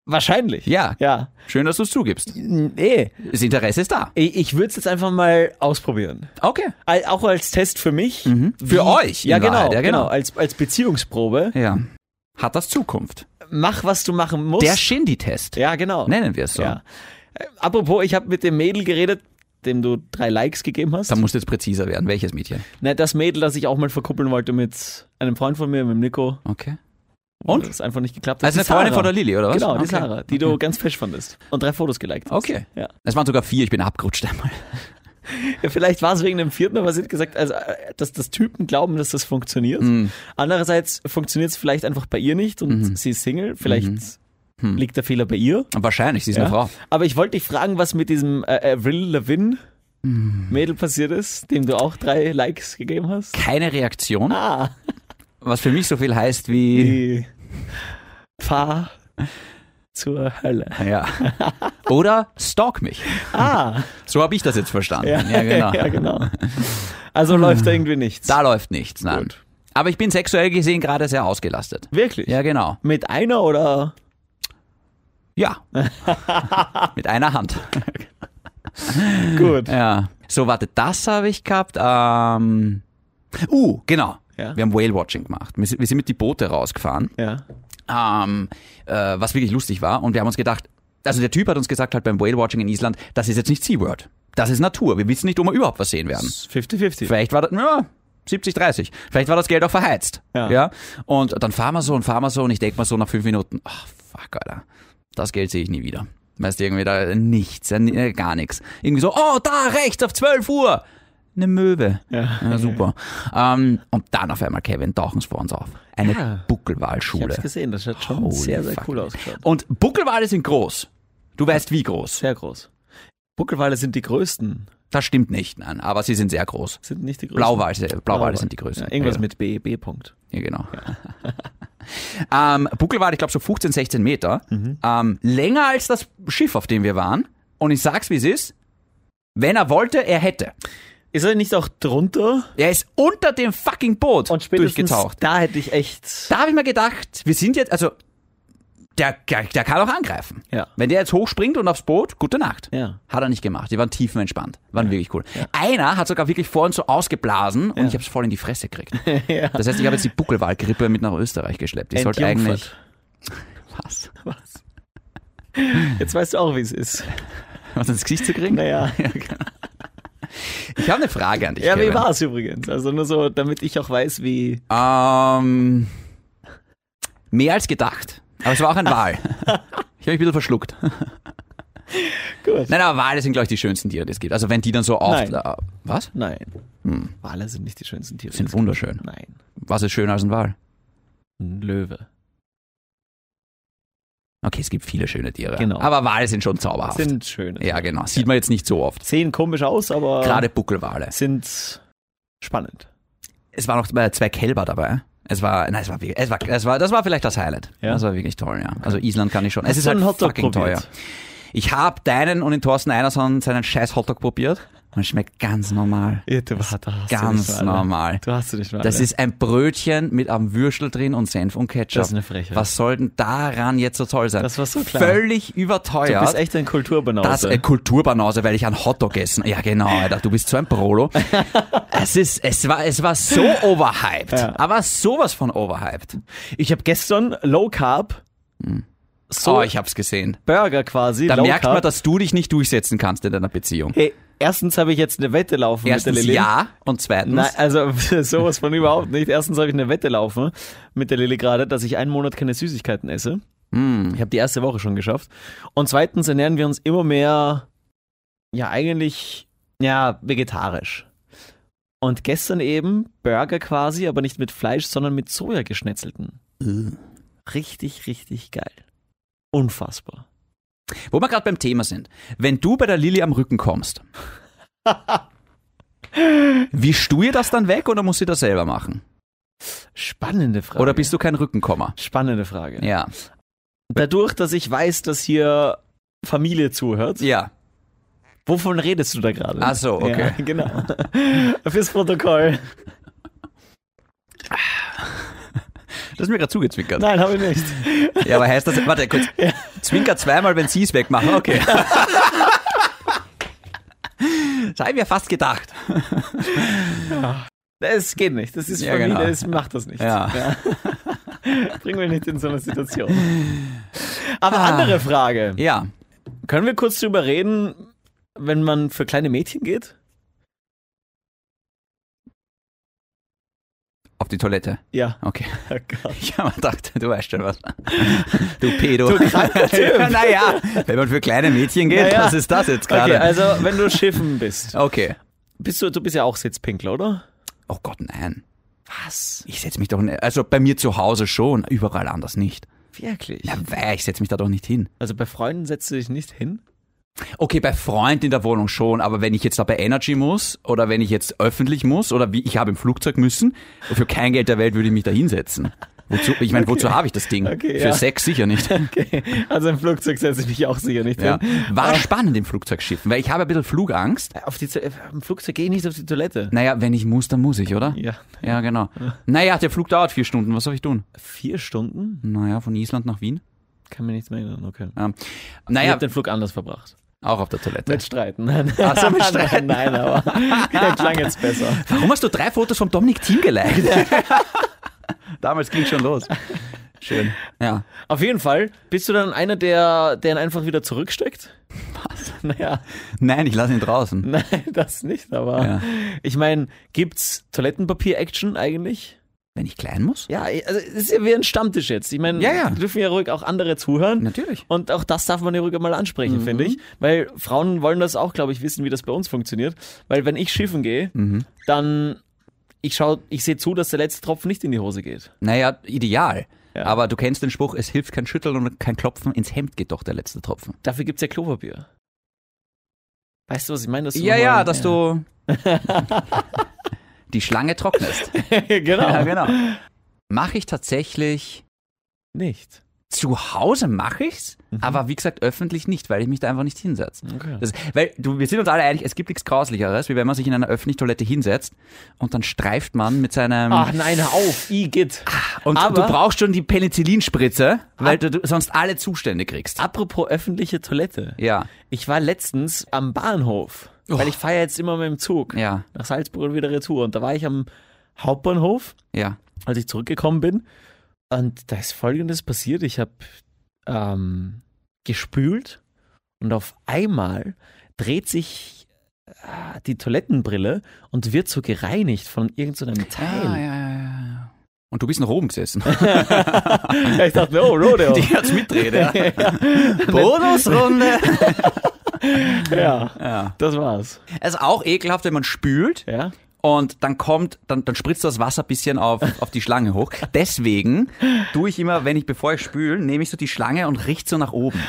S2: Wahrscheinlich.
S1: Ja.
S2: Ja.
S1: Schön, dass du es zugibst.
S2: Nee.
S1: Das Interesse ist da.
S2: Ich, ich würde es jetzt einfach mal ausprobieren.
S1: Okay.
S2: Al- Auch als Test für mich.
S1: Mhm. Für euch in
S2: Ja genau,
S1: Wahrheit, ja, genau.
S2: genau. Als, als Beziehungsprobe.
S1: Ja. Hat das Zukunft?
S2: Mach, was du machen musst.
S1: Der Shindy-Test.
S2: ja, genau.
S1: Nennen wir es so.
S2: Ja. Äh, Apropos, ich habe mit dem Mädel geredet, dem du drei Likes gegeben hast.
S1: Da musst du jetzt präziser werden. Welches Mädchen?
S2: Na, das Mädel, das ich auch mal verkuppeln wollte mit einem Freund von mir, mit dem Nico.
S1: Okay.
S2: Und? Das einfach nicht geklappt hat.
S1: Also eine
S2: Die Sarah.
S1: Freundin von der Lilly, oder was?
S2: Genau, die
S1: okay. Mhm.
S2: Sarah, die du ganz fesch fandest. Und drei Fotos geliked hast.
S1: Okay.
S2: Ja.
S1: Es waren sogar vier, ich bin abgerutscht einmal.
S2: Ja, Vielleicht war es wegen dem vierten, aber sie hat gesagt, also, äh, dass das Typen glauben, dass das funktioniert.
S1: Hm.
S2: Andererseits funktioniert es vielleicht einfach bei ihr nicht und
S1: Mhm.
S2: sie ist Single. Vielleicht
S1: Hm.
S2: liegt der Fehler bei ihr.
S1: Wahrscheinlich, sie ist eine Frau.
S2: Aber ich wollte dich fragen, was mit diesem äh, Avril Lavigne
S1: Hm.
S2: Mädel passiert ist, dem du auch drei Likes gegeben hast.
S1: Keine Reaktion,
S2: Ah,
S1: was für mich so viel heißt wie.
S2: die Fahr zur Hölle.
S1: Ja. Oder stalk mich.
S2: Ah,
S1: So habe ich das jetzt verstanden. Ja, genau. Ah.
S2: ja, genau. Also läuft da irgendwie nichts.
S1: Da läuft nichts, nein.
S2: Gut.
S1: Aber ich bin sexuell gesehen gerade sehr ausgelastet.
S2: Wirklich?
S1: Ja, genau.
S2: Mit einer oder?
S1: Ja. Mit einer Hand.
S2: Gut.
S1: Ja. So, warte, das habe ich gehabt. Ähm, uh, genau.
S2: Ja.
S1: Wir haben Whale-Watching gemacht. Wir sind wir sind mit die Boote rausgefahren.
S2: Ja.
S1: ähm, äh, was wirklich lustig war. Und wir haben uns gedacht, also der Typ hat uns gesagt halt beim Whale-Watching in Island, das ist jetzt nicht SeaWorld. Das ist Natur. Wir wissen nicht, ob wir überhaupt was sehen werden.
S2: 50-50.
S1: Vielleicht war das, ja, 70, 30. Vielleicht war das Geld auch verheizt.
S2: Ja.
S1: Und dann fahren wir so und fahren wir so und ich denke mal so nach fünf Minuten, ach, fuck, Alter. Das Geld sehe ich nie wieder. Weißt du, irgendwie da nichts, äh, gar nichts. Irgendwie so, oh, da rechts auf 12 Uhr. Eine Möwe.
S2: Ja.
S1: Ja, super. Ähm, und dann auf einmal, Kevin, tauchen sie vor uns auf. Eine
S2: Ja. Ich
S1: Buckelwalschule.
S2: hab's gesehen, das hat schon
S1: Holy
S2: sehr, sehr
S1: fuck. Oh.
S2: cool ausgeschaut.
S1: Und Buckelwale sind groß. Du weißt wie groß.
S2: Sehr groß. Buckelwale sind die größten.
S1: Das stimmt nicht, nein, aber sie sind sehr groß.
S2: Sind nicht die größten.
S1: Blauwale, Blauwale sind die größten.
S2: Ja, irgendwas
S1: ja,
S2: mit B, B-Punkt.
S1: Ja, genau. ähm, Buckelwale, ich glaube, so 15, 16 Meter. Ähm, länger als das Schiff, auf dem wir waren. Und ich sag's, wie es ist. Wenn er wollte, er hätte.
S2: Ist er nicht auch drunter?
S1: Er ist unter dem fucking Boot
S2: Und spätestens
S1: durchgetaucht.
S2: da hätte ich echt.
S1: Da habe ich mir gedacht, wir sind jetzt, also, der, der, der kann auch angreifen.
S2: Ja.
S1: Wenn der jetzt hochspringt und aufs Boot, gute Nacht.
S2: Ja.
S1: Hat er nicht gemacht. Die waren tiefenentspannt. Waren wirklich cool. Einer hat sogar wirklich vor uns so ausgeblasen und ich habe es voll in die Fresse gekriegt.
S2: ja.
S1: Das heißt, ich habe jetzt die Buckelwahlgrippe mit nach Österreich geschleppt. Ich sollte eigentlich.
S2: Entjungfert.
S1: Was?
S2: Was? Jetzt weißt du auch, wie es ist.
S1: Was ins Gesicht zu kriegen?
S2: Naja.
S1: Ich habe eine Frage an dich.
S2: Ja, wie
S1: Kevin.
S2: war es übrigens? Also nur so, damit ich auch weiß, wie.
S1: Ähm, mehr als gedacht. Aber es war auch ein Wal. Ich habe mich ein bisschen verschluckt.
S2: Gut.
S1: Nein, aber Wale sind, glaube ich, die schönsten Tiere, die es gibt. Also wenn die dann so auf.
S2: Nein.
S1: Was?
S2: Nein. Wale sind nicht die schönsten Tiere.
S1: Hm. Sind wunderschön.
S2: Nein.
S1: Was ist schöner als ein Wal?
S2: Ein Löwe.
S1: Okay, es gibt viele schöne Tiere.
S2: Genau.
S1: Aber Wale sind schon zauberhaft.
S2: Sind schöne.
S1: ja, genau. Sieht man jetzt nicht so oft.
S2: Sehen komisch aus, aber
S1: Gerade Buckelwale.
S2: sind spannend.
S1: Es waren noch äh, zwei Kälber dabei. Es war, nein, es war, wirklich- es war, es war, das war vielleicht das Highlight.
S2: Ja?
S1: Das war wirklich toll, ja. Also Island kann ich schon. Es
S2: Hast
S1: ist
S2: du
S1: halt
S2: einen Hotdog
S1: fucking
S2: probiert?
S1: teuer. Ich habe deinen und den Thorsten einer seinen scheiß Hotdog probiert und es schmeckt ganz normal.
S2: Ja, du, hast du nicht
S1: ganz
S2: mal alle.
S1: normal.
S2: Du hast du nicht mal.
S1: Das
S2: alle.
S1: ist ein Brötchen mit einem Würstel drin und Senf und Ketchup.
S2: Das ist eine Frechheit.
S1: Was soll denn daran jetzt so toll sein?
S2: Das war so klar.
S1: Völlig
S2: du
S1: überteuert.
S2: bist echt ein Kulturbanause.
S1: das äh, Kulturbanause, weil ich einen Hotdog essen. Ja, genau, Alter, du bist so ein Prolo. es ist, es war, es war so overhyped. Aber sowas von overhyped.
S2: ich habe gestern Low Carb so
S1: oh, ich hab's gesehen.
S2: Burger quasi.
S1: Da
S2: Low
S1: merkt
S2: Carb.
S1: man, dass du dich nicht durchsetzen kannst in deiner Beziehung.
S2: Hey, erstens habe ich jetzt eine Wette laufen
S1: Erstens
S2: mit der Lilly.
S1: ja und zweitens.
S2: Nein, also sowas von überhaupt nicht. Erstens habe ich eine Wette laufen mit der Lilly gerade, dass ich einen Monat keine Süßigkeiten esse.
S1: hm.
S2: Ich habe die erste Woche schon geschafft. Und zweitens ernähren wir uns immer mehr, ja eigentlich, ja, vegetarisch. Und gestern eben Burger quasi, aber nicht mit Fleisch, sondern mit Soja geschnetzelten.
S1: Äh.
S2: Richtig, richtig geil. Unfassbar.
S1: Wo wir gerade beim Thema sind. Wenn du bei der Lilly am Rücken kommst, wischst du ihr das dann weg oder muss sie das selber machen?
S2: Spannende Frage.
S1: Oder bist du kein Rückenkommer?
S2: Spannende Frage.
S1: Ja.
S2: Dadurch, dass ich weiß, dass hier Familie zuhört.
S1: Ja.
S2: Wovon redest du da gerade?
S1: Ach so, okay.
S2: Ja, genau. Fürs Protokoll.
S1: Das ist mir gerade zugezwinkert.
S2: Nein, habe ich nicht.
S1: Ja, aber heißt das. Warte kurz. Zwinker zweimal, wenn sie es wegmachen. Okay. Das habe ich mir fast gedacht.
S2: Es geht nicht. Das ist
S1: Ja,
S2: Familie,
S1: genau.
S2: es macht das nicht.
S1: Ja.
S2: Bringen wir nicht in so eine Situation. Aber andere Frage.
S1: Ah. Ja.
S2: Können wir kurz drüber reden, wenn man für kleine Mädchen geht?
S1: Auf die Toilette.
S2: Ja.
S1: Okay.
S2: Oh Gott.
S1: Ich habe gedacht, du weißt schon was. Du Pedo.
S2: Du kranker Typ.
S1: naja, wenn man für kleine Mädchen geht,
S2: Naja.
S1: was ist das jetzt gerade?
S2: Okay, also wenn du Schiffen bist.
S1: okay.
S2: bist du, du bist ja auch Sitzpinkler, oder?
S1: Oh Gott, nein.
S2: Was?
S1: Ich setze mich doch nicht. Also bei mir zu Hause schon, überall anders nicht.
S2: Wirklich?
S1: Ja, wei, ich setze mich da doch nicht hin.
S2: Also bei Freunden setzt du dich nicht hin?
S1: Okay, bei Freunden in der Wohnung schon, aber wenn ich jetzt da bei Energy muss oder wenn ich jetzt öffentlich muss oder wie ich habe im Flugzeug müssen, für kein Geld der Welt würde ich mich da hinsetzen. Wozu, ich meine, wozu habe ich das Ding?
S2: Okay,
S1: Für
S2: ja.
S1: Sex sicher nicht.
S2: Okay. Also im Flugzeug setze ich mich auch sicher nicht
S1: Ja.
S2: hin.
S1: War spannend im Flugzeugschiffen, weil ich habe ein bisschen Flugangst.
S2: Auf die, Toilette- Im Flugzeug gehe ich nicht auf die Toilette.
S1: Naja, wenn ich muss, dann muss ich, oder?
S2: Ja.
S1: Ja, genau. Naja, der Flug dauert vier Stunden, was soll ich tun?
S2: Vier Stunden?
S1: Naja, von Island nach Wien?
S2: Kann mir nichts mehr erinnern, okay.
S1: Ah Ja.
S2: Ich
S1: Naja,
S2: habe den Flug anders verbracht.
S1: auch auf der Toilette.
S2: Mit Streiten. Nein,
S1: so, mit Streiten.
S2: nein, nein, aber klang jetzt besser.
S1: Warum hast du drei Fotos vom Dominik Thiem geliked? Damals ging schon los. Schön. Ja.
S2: Auf jeden Fall, bist du dann einer, der, der ihn einfach wieder zurücksteckt?
S1: Was?
S2: Naja,
S1: Nein, ich lasse ihn draußen.
S2: nein, das nicht, aber
S1: Ja.
S2: ich meine, gibt's Toilettenpapier-Action eigentlich?
S1: Wenn ich klein muss?
S2: Ja, also es ist ja wie ein Stammtisch jetzt. Ich meine,
S1: Ja, ja.
S2: dürfen ja ruhig auch andere zuhören.
S1: Natürlich.
S2: Und auch das darf man ja ruhig mal ansprechen, finde ich. Weil Frauen wollen das auch, glaube ich, wissen, wie das bei uns funktioniert. Weil wenn ich schiffen gehe,
S1: Mhm.
S2: dann ich schau, ich sehe zu, dass der letzte Tropfen nicht in die Hose geht.
S1: Naja, ideal.
S2: Ja.
S1: Aber du kennst den Spruch, es hilft kein Schütteln und kein Klopfen, ins Hemd geht doch der letzte Tropfen.
S2: Dafür gibt es ja Klopapier. Weißt du, was ich meine? Dass du
S1: Ja,
S2: mal-
S1: ja, dass du die Schlange trocknest.
S2: genau.
S1: Ja, genau. Mache ich tatsächlich,
S2: Nicht.
S1: zu Hause mache ich's, aber wie gesagt, öffentlich nicht, weil ich mich da einfach nicht hinsetze.
S2: Okay.
S1: Das, weil du, wir sind uns alle einig, es gibt nichts Grauslicheres, wie wenn man sich in einer öffentlichen Toilette hinsetzt und dann streift man mit seinem...
S2: Ach nein, hör auf, Igitt.
S1: und
S2: Ah, aber-
S1: du brauchst schon die Penicillinspritze, weil du, du sonst alle Zustände
S2: Ah.
S1: kriegst.
S2: Apropos öffentliche Toilette.
S1: Ja,
S2: Ich war letztens am Bahnhof, weil ich fahre jetzt immer mit dem Zug
S1: Oh. ja,
S2: nach Salzburg und wieder retour. Und da war ich am Hauptbahnhof
S1: ja.
S2: als ich zurückgekommen bin. Und da ist Folgendes passiert. Ich habe ähm, gespült und auf einmal dreht sich äh, die Toilettenbrille und wird so gereinigt von irgendeinem Teil.
S1: Ah, ja, ja, ja. Und du bist nach oben gesessen.
S2: Ja, Ich dachte, mir, oh, Rodeo.
S1: Die hat's mitrede. ja.
S2: Bo-
S1: Bonusrunde.
S2: ja,
S1: Ja.
S2: das war's.
S1: Es ist auch ekelhaft, wenn man spült
S2: Ja?
S1: und dann kommt, dann, dann spritzt das Wasser ein bisschen auf, auf die Schlange hoch. Deswegen tue ich immer, wenn ich, bevor ich spüle, nehme ich so die Schlange und richte so nach oben.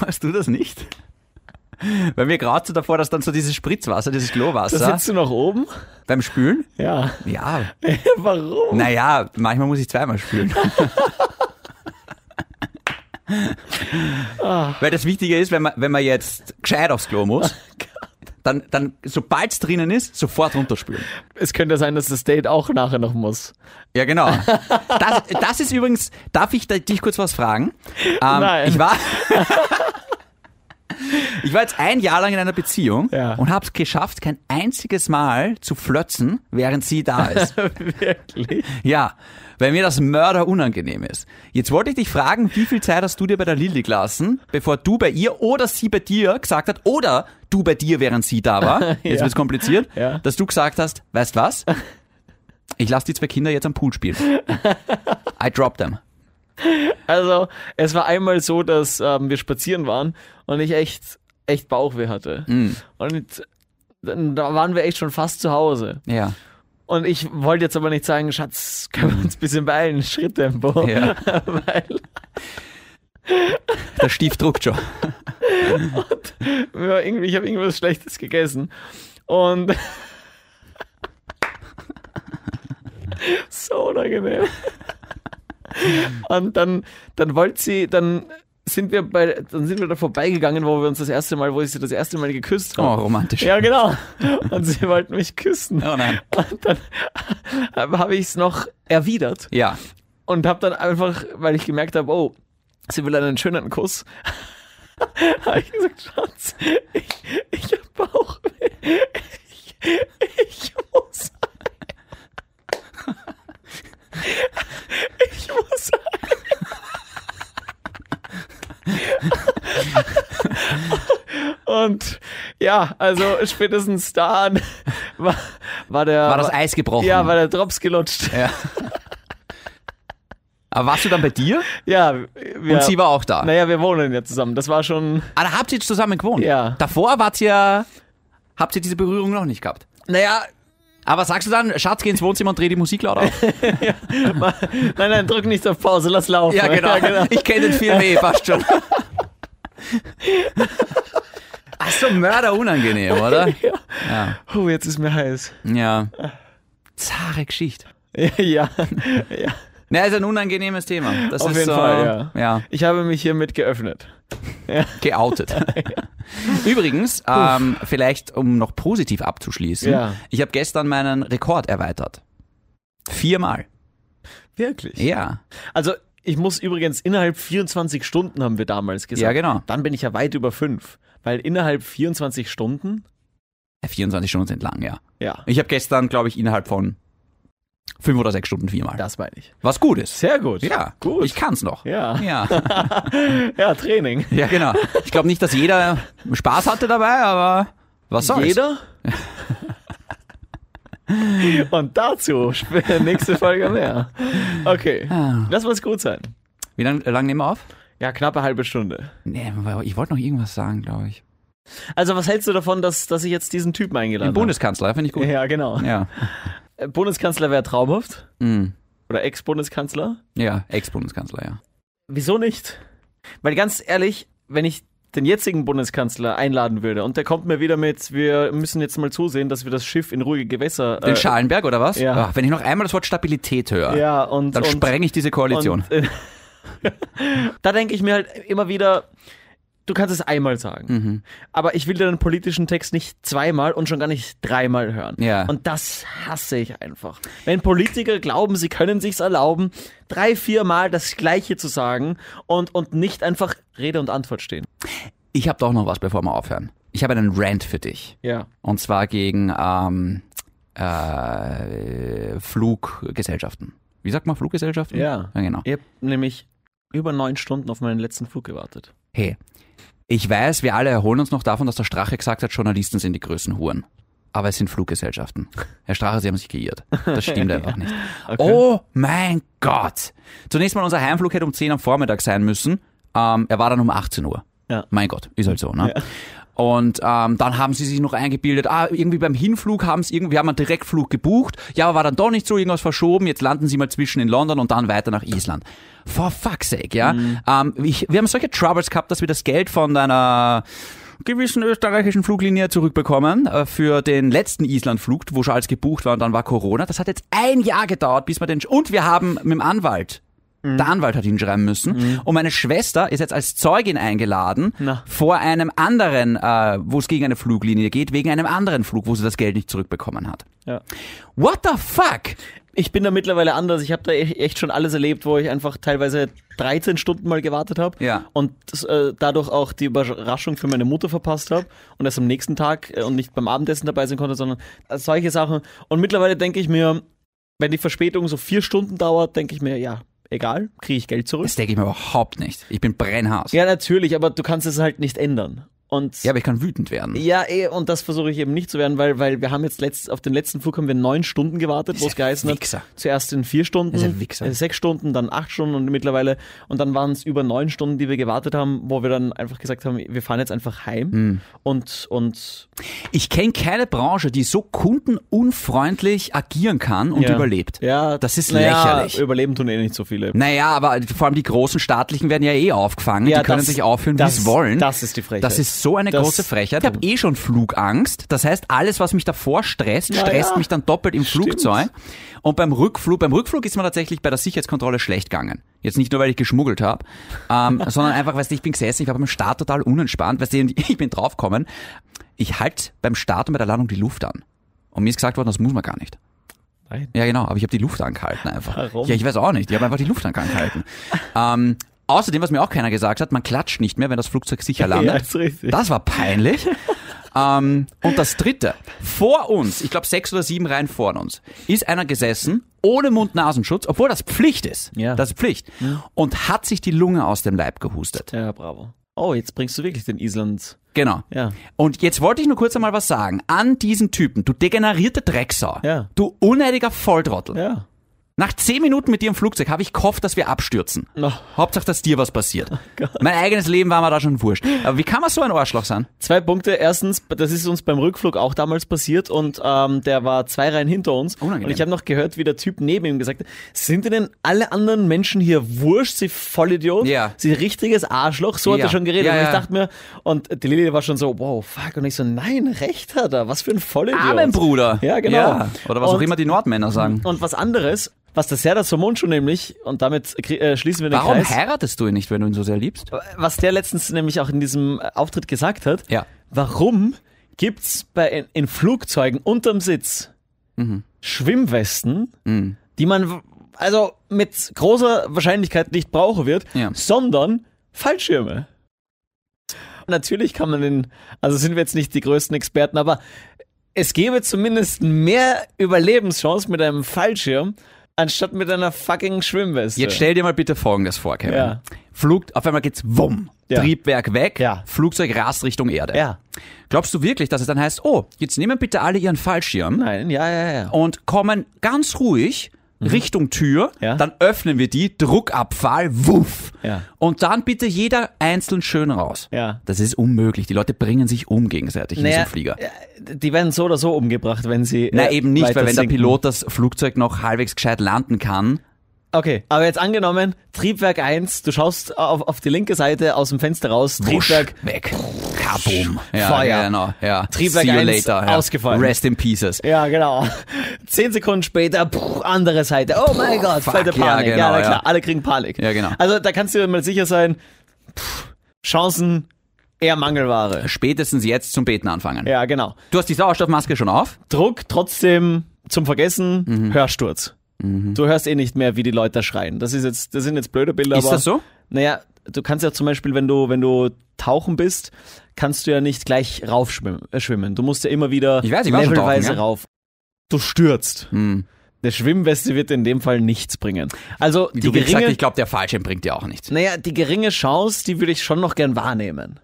S1: Weißt du das nicht? Weil mir graut so davor, dass dann so dieses Spritzwasser, dieses
S2: Da
S1: Glowwasser
S2: sitzt du noch oben?
S1: beim Spülen.
S2: Ja.
S1: Ja,
S2: Warum?
S1: naja, manchmal muss ich zweimal spülen. Weil das Wichtige ist, wenn man, wenn man jetzt gescheit aufs Klo muss, dann, dann sobald es drinnen ist, sofort runterspülen.
S2: Es könnte sein, dass das Date auch nachher noch muss.
S1: Ja, genau. Das, das ist übrigens, darf ich da, dich kurz was fragen? Ähm,
S2: Nein.
S1: Ich war, ich war jetzt ein Jahr lang in einer Beziehung
S2: Ja.
S1: und habe es geschafft, kein einziges Mal zu flötzen, während sie da ist.
S2: Wirklich?
S1: Ja, weil mir das Mörder unangenehm ist. Jetzt wollte ich dich fragen, wie viel Zeit hast du dir bei der Lilly gelassen, bevor du bei ihr oder sie bei dir gesagt hat, oder du bei dir, während sie da war, jetzt
S2: Ja.
S1: wird's kompliziert,
S2: Ja.
S1: dass du gesagt hast, weißt was? Ich lasse die zwei Kinder jetzt am Pool spielen. I drop them.
S2: Also, es war einmal so, dass ähm, wir spazieren waren und ich echt, echt Bauchweh hatte.
S1: Mm,
S2: Und dann- da waren wir echt schon fast zu Hause.
S1: Ja.
S2: Und ich wollte jetzt aber nicht sagen, Schatz, können wir uns ein bisschen beeilen, Schritttempo.
S1: Ja.
S2: Weil
S1: Der Stief druckt schon.
S2: wir irgendwie, ich habe irgendwas Schlechtes gegessen. Und so unangenehm. Und dann, dann wollte sie, dann sind wir bei, dann sind wir da vorbeigegangen, wo wir uns das erste Mal, wo ich sie das erste Mal geküsst
S1: Oh,
S2: habe.
S1: romantisch.
S2: Ja, genau. Und sie wollten mich küssen.
S1: Oh nein.
S2: Und dann habe ich es noch erwidert.
S1: Ja.
S2: und habe dann einfach, weil ich gemerkt habe, oh, sie will einen schönen Kuss, habe ich gesagt, Schatz, ich, ich habe Bauchweh, ich, ich muss ich muss Und ja, also spätestens da war, war der
S1: War das Eis gebrochen?
S2: ja, war der Drops gelutscht.
S1: ja. Aber warst du dann bei dir?
S2: Ja, wir,
S1: Und sie war auch da.
S2: Naja, wir wohnen ja zusammen. Das war schon.
S1: Ah, da habt ihr jetzt zusammen gewohnt?
S2: Ja.
S1: Davor wart ihr, habt ihr diese Berührung noch nicht gehabt?
S2: Naja,
S1: Aber sagst du dann, Schatz, geh ins Wohnzimmer und dreh die Musik laut auf?
S2: nein, nein, drück nicht auf Pause, lass laufen.
S1: genau. Ich kenne den Film eh fast schon. Ach so, Mörder unangenehm, oder?
S2: Oh, jetzt ist mir heiß.
S1: Ja. Zahre Geschichte.
S2: ja, ja.
S1: Na, ist ein unangenehmes Thema. Das
S2: Auf
S1: ist
S2: jeden
S1: so,
S2: Fall, ja.
S1: ja.
S2: Ich habe mich hiermit geöffnet.
S1: geoutet. Übrigens, ähm, vielleicht um noch positiv abzuschließen,
S2: Ja.
S1: ich habe gestern meinen Rekord erweitert. Viermal.
S2: Wirklich?
S1: Ja.
S2: Also, ich muss übrigens innerhalb 24 Stunden haben wir damals gesagt.
S1: Ja, genau.
S2: Dann bin ich ja weit über fünf. Weil innerhalb 24 Stunden,
S1: Ja, 24 Äh, Stunden sind lang, ja.
S2: ja,
S1: Ich habe gestern, glaube ich, innerhalb von fünf oder sechs Stunden viermal.
S2: das meine ich.
S1: Was gut ist.
S2: Sehr gut.
S1: Ja,
S2: Gut.
S1: Ich kann's noch.
S2: Ja.
S1: Ja,
S2: ja, Training.
S1: ja genau. Ich glaube nicht, dass jeder Spaß hatte dabei, aber was soll's.
S2: Jeder? Und dazu sp- nächste Folge mehr. Okay.
S1: Ah.
S2: Lass uns gut sein.
S1: Wie lange lang nehmen wir auf?
S2: Ja, knappe halbe Stunde.
S1: Nee, ich wollte noch irgendwas sagen, glaube ich.
S2: Also, was hältst du davon, dass, dass ich jetzt diesen Typen eingeladen
S1: Den
S2: habe?
S1: Bundeskanzler, finde ich gut.
S2: Ja, genau.
S1: Ja,
S2: Äh, Bundeskanzler wäre traumhaft.
S1: Mhm.
S2: Oder Ex-Bundeskanzler.
S1: ja Ex-Bundeskanzler, ja.
S2: Wieso nicht? Weil ganz ehrlich, wenn ich den jetzigen Bundeskanzler einladen würde und der kommt mir wieder mit, wir müssen jetzt mal zusehen, dass wir das Schiff in ruhige Gewässer. äh,
S1: Den Schalenberg oder was?
S2: ja.
S1: Ach, wenn ich noch einmal das Wort Stabilität höre,
S2: ja, und,
S1: dann
S2: und,
S1: spreng ich diese Koalition.
S2: Und, äh, da denke ich mir halt immer wieder, du kannst es einmal sagen,
S1: Mhm.
S2: aber ich will deinen politischen Text nicht zweimal und schon gar nicht dreimal hören.
S1: Ja.
S2: Und das hasse ich einfach. Wenn Politiker glauben, sie können sich's erlauben, drei, viermal das Gleiche zu sagen und, und nicht einfach Rede und Antwort stehen.
S1: ich habe doch noch was, bevor wir aufhören. Ich habe einen Rant für dich.
S2: Ja.
S1: Und zwar gegen ähm, äh, Fluggesellschaften. Wie sagt man Fluggesellschaften?
S2: Ja.
S1: ja genau.
S2: Ihr habt nämlich über neun Stunden auf meinen letzten Flug gewartet.
S1: Hey, ich weiß, wir alle erholen uns noch davon, dass der Strache gesagt hat, Journalisten sind die größten Huren. Aber es sind Fluggesellschaften. Herr Strache, Sie haben sich geirrt. Das stimmt einfach nicht. Oh mein Gott. Zunächst mal, unser Heimflug hätte um 10 am Vormittag sein müssen. Ähm, er war dann um 18 Uhr.
S2: Ja.
S1: Mein Gott, ist halt so, ne? Und ähm, dann haben sie sich noch eingebildet, ah, irgendwie beim Hinflug haben sie irgendwie, wir haben einen Direktflug gebucht, ja, aber war dann doch nicht so, irgendwas verschoben, jetzt landen sie mal zwischen in London und dann weiter nach Island. For fuck's sake, ja. Ähm, ich, wir haben solche Troubles gehabt, dass wir das Geld von einer gewissen österreichischen Fluglinie zurückbekommen äh, für den letzten Islandflug, wo schon alles gebucht war und dann war Corona. Das hat jetzt ein Jahr gedauert, bis wir den... Und wir haben mit dem Anwalt der Anwalt hat hinschreiben müssen. Und meine Schwester ist jetzt als Zeugin eingeladen
S2: Na.
S1: vor einem anderen, äh, wo es gegen eine Fluglinie geht, wegen einem anderen Flug, wo sie das Geld nicht zurückbekommen hat.
S2: Ja.
S1: What the fuck?
S2: Ich bin da mittlerweile anders. Ich habe da e- echt schon alles erlebt, wo ich einfach teilweise 13 Stunden mal gewartet habe
S1: Ja.
S2: und das, äh, dadurch auch die Überraschung für meine Mutter verpasst habe und erst am nächsten Tag äh, und nicht beim Abendessen dabei sein konnte, sondern äh, solche Sachen. Und mittlerweile denke ich mir, wenn die Verspätung so vier Stunden dauert, denke ich mir, ja, egal, kriege ich Geld zurück.
S1: Das denke ich mir überhaupt nicht. Ich bin brennhaß. Ja,
S2: Ja, natürlich, aber du kannst es halt nicht ändern. Und
S1: aber ich kann wütend werden.
S2: Ja, eh, und das versuche ich eben nicht zu werden, weil, weil wir haben jetzt letzt, auf den letzten Flug haben wir neun Stunden gewartet, wo es
S1: Ist ein
S2: geheißen
S1: Wichser.
S2: hat. Zuerst in vier Stunden,
S1: Ist ein Wichser.
S2: äh, sechs Stunden, dann acht Stunden und mittlerweile, und dann waren es über neun Stunden, die wir gewartet haben, wo wir dann einfach gesagt haben, wir fahren jetzt einfach heim
S1: Hm.
S2: und, und
S1: Ich kenne keine Branche, die so kundenunfreundlich agieren kann und
S2: ja.
S1: überlebt.
S2: Ja,
S1: Das ist
S2: naja,
S1: lächerlich.
S2: Überleben tun eh nicht so viele.
S1: Naja, aber vor allem die großen staatlichen werden ja eh aufgefangen.
S2: Ja,
S1: die können
S2: das-
S1: sich aufführen, wie
S2: das-
S1: sie wollen.
S2: das ist die Frechheit.
S1: Das ist so eine
S2: Das-
S1: große Frechheit. Ich habe eh schon Flugangst. Das heißt, alles, was mich davor stresst,
S2: Naja.
S1: stresst mich dann doppelt im Flugzeug. Und beim Rückflug, beim Rückflug ist mir tatsächlich bei der Sicherheitskontrolle schlecht gegangen. Jetzt nicht nur, weil ich geschmuggelt habe, ähm, sondern einfach, weißt du, ich bin gesessen, ich war beim Start total unentspannt, weißt du, und ich bin draufgekommen. Ich halte beim Start und bei der Landung die Luft an. Und mir ist gesagt worden, das muss man gar nicht.
S2: Nein.
S1: Ja, genau, aber ich habe die Luft angehalten einfach.
S2: Warum?
S1: Ja, ich weiß auch nicht. Ich habe einfach die Luft angehalten. ähm, außerdem, was mir auch keiner gesagt hat, man klatscht nicht mehr, wenn das Flugzeug sicher landet.
S2: Ja, also ist richtig.
S1: Das war peinlich. ähm, und das dritte, vor uns, ich glaube sechs oder sieben Reihen vor uns, ist einer gesessen, ohne Mund-Nasenschutz, obwohl das Pflicht ist.
S2: Ja.
S1: Das ist Pflicht. Und hat sich die Lunge aus dem Leib gehustet.
S2: Ja, bravo. Oh, jetzt bringst du wirklich den Island.
S1: Genau.
S2: Ja.
S1: Und jetzt wollte ich nur kurz einmal was sagen. An diesen Typen, du degenerierte Drecksau.
S2: Ja.
S1: Du unneidiger Volltrottel.
S2: Ja.
S1: Nach zehn Minuten mit dir im Flugzeug habe ich gehofft, dass wir abstürzen.
S2: Oh.
S1: Hauptsache, dass dir was passiert. mein eigenes Leben war mir da schon wurscht. Aber wie kann man so ein Arschloch sein?
S2: Zwei Punkte. Erstens, das ist uns beim Rückflug auch damals passiert und ähm, der war zwei Reihen hinter uns.
S1: Unangenehm.
S2: Und ich habe noch gehört, wie der Typ neben ihm gesagt hat, sind denn alle anderen Menschen hier wurscht, sie Vollidiot?
S1: Ja.
S2: Sie richtiges Arschloch? So hat
S1: Ja.
S2: er schon geredet.
S1: Ja,
S2: und ich
S1: ja.
S2: dachte mir, und die Lilly war schon so, wow, fuck. Und ich so, nein, recht hat er. Was für ein Vollidiot.
S1: Amen, Bruder.
S2: Ja, genau.
S1: Oder was auch
S2: Und-
S1: immer die Nordmänner sagen.
S2: Und was anderes, was der Serdar Somuncu nämlich, und damit krie- äh, schließen wir den
S1: Warum
S2: Kreis.
S1: heiratest du ihn nicht, wenn du ihn so sehr liebst?
S2: was der letztens nämlich auch in diesem äh, Auftritt gesagt hat,
S1: Ja.
S2: warum gibt's bei in, in Flugzeugen unterm Sitz
S1: Mhm.
S2: Schwimmwesten, die man w- also mit großer Wahrscheinlichkeit nicht brauchen wird,
S1: Ja.
S2: sondern Fallschirme. Natürlich kann man den, also sind wir jetzt nicht die größten Experten, aber es gäbe zumindest mehr Überlebenschance mit einem Fallschirm, anstatt mit einer fucking Schwimmweste.
S1: Jetzt stell dir mal bitte Folgendes vor, Kevin.
S2: Ja.
S1: Flug, auf einmal geht's wumm.
S2: Ja.
S1: Triebwerk weg,
S2: Ja.
S1: Flugzeug rast Richtung Erde.
S2: ja.
S1: Glaubst du wirklich, dass es dann heißt, oh, jetzt nehmen bitte alle ihren Fallschirm
S2: Nein, ja, ja, ja.
S1: und kommen ganz ruhig Richtung Tür,
S2: Mhm. Ja.
S1: dann öffnen wir die, Druckabfall, wuff.
S2: Ja.
S1: Und dann bitte jeder einzeln schön raus.
S2: Ja.
S1: Das ist unmöglich. Die Leute bringen sich um gegenseitig in diesem Flieger.
S2: äh, Die werden so oder so umgebracht, wenn sie.
S1: Na
S2: äh,
S1: eben nicht,
S2: weiter
S1: weil wenn der
S2: sinken.
S1: Pilot das Flugzeug noch halbwegs gescheit landen kann,
S2: Okay, aber jetzt angenommen, Triebwerk 1, du schaust auf, auf die linke Seite aus dem Fenster raus,
S1: wusch,
S2: Triebwerk.
S1: weg, kaboom, ja,
S2: Feuer.
S1: genau, ja.
S2: Triebwerk
S1: See you
S2: eins
S1: later, ja.
S2: ausgefallen.
S1: Rest in pieces.
S2: Ja, genau. Zehn Sekunden später, puh, andere Seite. Oh mein Gott,
S1: fuck,
S2: fette
S1: ja,
S2: Panik. Ja,
S1: genau,
S2: na klar,
S1: ja.
S2: alle kriegen Panik.
S1: Ja, genau.
S2: Also da kannst du dir mal sicher sein, pff, Chancen eher Mangelware.
S1: Spätestens jetzt zum Beten anfangen.
S2: Ja, genau.
S1: Du hast die Sauerstoffmaske schon auf?
S2: Druck trotzdem zum Vergessen,
S1: Mhm.
S2: Hörsturz. Du hörst eh nicht mehr, wie die Leute da schreien. Das ist jetzt, das sind jetzt blöde Bilder,
S1: Ist
S2: aber.
S1: das so?
S2: Naja, du kannst ja zum Beispiel, wenn du, wenn du tauchen bist, kannst du ja nicht gleich raufschwimmen. Äh, schwimmen. Du musst ja immer wieder
S1: Ich weiß, ich war schon
S2: levelweise
S1: tauchen, ja.
S2: rauf. Du stürzt.
S1: Hm.
S2: Der Schwimmweste wird in dem Fall nichts bringen. Also die
S1: Du, wie gesagt,
S2: geringe,
S1: ich glaube, der Fallschirm bringt dir auch nichts.
S2: naja, die geringe Chance, die würde ich schon noch gern wahrnehmen.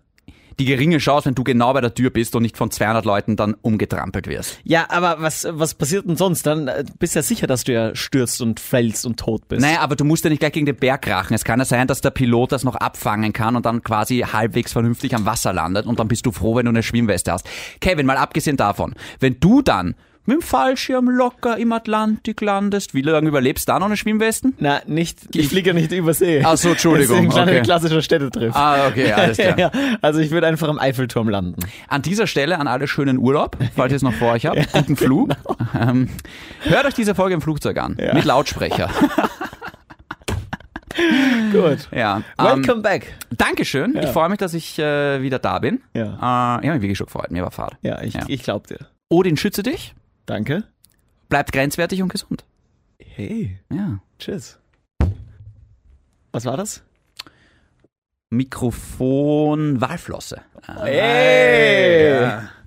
S1: die geringe Chance, wenn du genau bei der Tür bist und nicht von 200 Leuten dann umgetrampelt wirst.
S2: Ja, aber was, was passiert denn sonst? Dann äh, bist ja sicher, dass du ja stürzt und fällst und tot bist.
S1: Naja, aber du musst ja nicht gleich gegen den Berg krachen. Es kann ja sein, dass der Pilot das noch abfangen kann und dann quasi halbwegs vernünftig am Wasser landet und dann bist du froh, wenn du eine Schwimmweste hast. Kevin, mal abgesehen davon, wenn du dann mit dem Fallschirm locker im Atlantik landest, wie lange überlebst du da noch eine Schwimmwesten?
S2: Na, nicht, ich fliege ja nicht über See.
S1: Ach so, Entschuldigung,
S2: Das ist ein
S1: okay.
S2: okay. klassischer Städtetrip.
S1: Ah, okay, alles klar.
S2: ja, also ich würde einfach am Eiffelturm landen.
S1: An dieser Stelle an alle schönen Urlaub, falls ihr es noch vor euch habt. Guten Flug. Ähm, hört euch diese Folge im Flugzeug an. Mit Lautsprecher.
S2: Gut.
S1: Ja. Ähm,
S2: Welcome back.
S1: Dankeschön. Ich freue mich, dass ich äh, wieder da bin. Äh,
S2: Ja.
S1: ich habe mich wirklich schon gefreut. Mir war Fahrt.
S2: Ja, ich, ich glaub dir.
S1: Odin schütze dich,
S2: Danke.
S1: bleibt grenzwertig und gesund.
S2: Hey,
S1: Ja.
S2: tschüss. Was war das?
S1: Mikrofon Walflosse.
S2: Hey!
S1: Ja.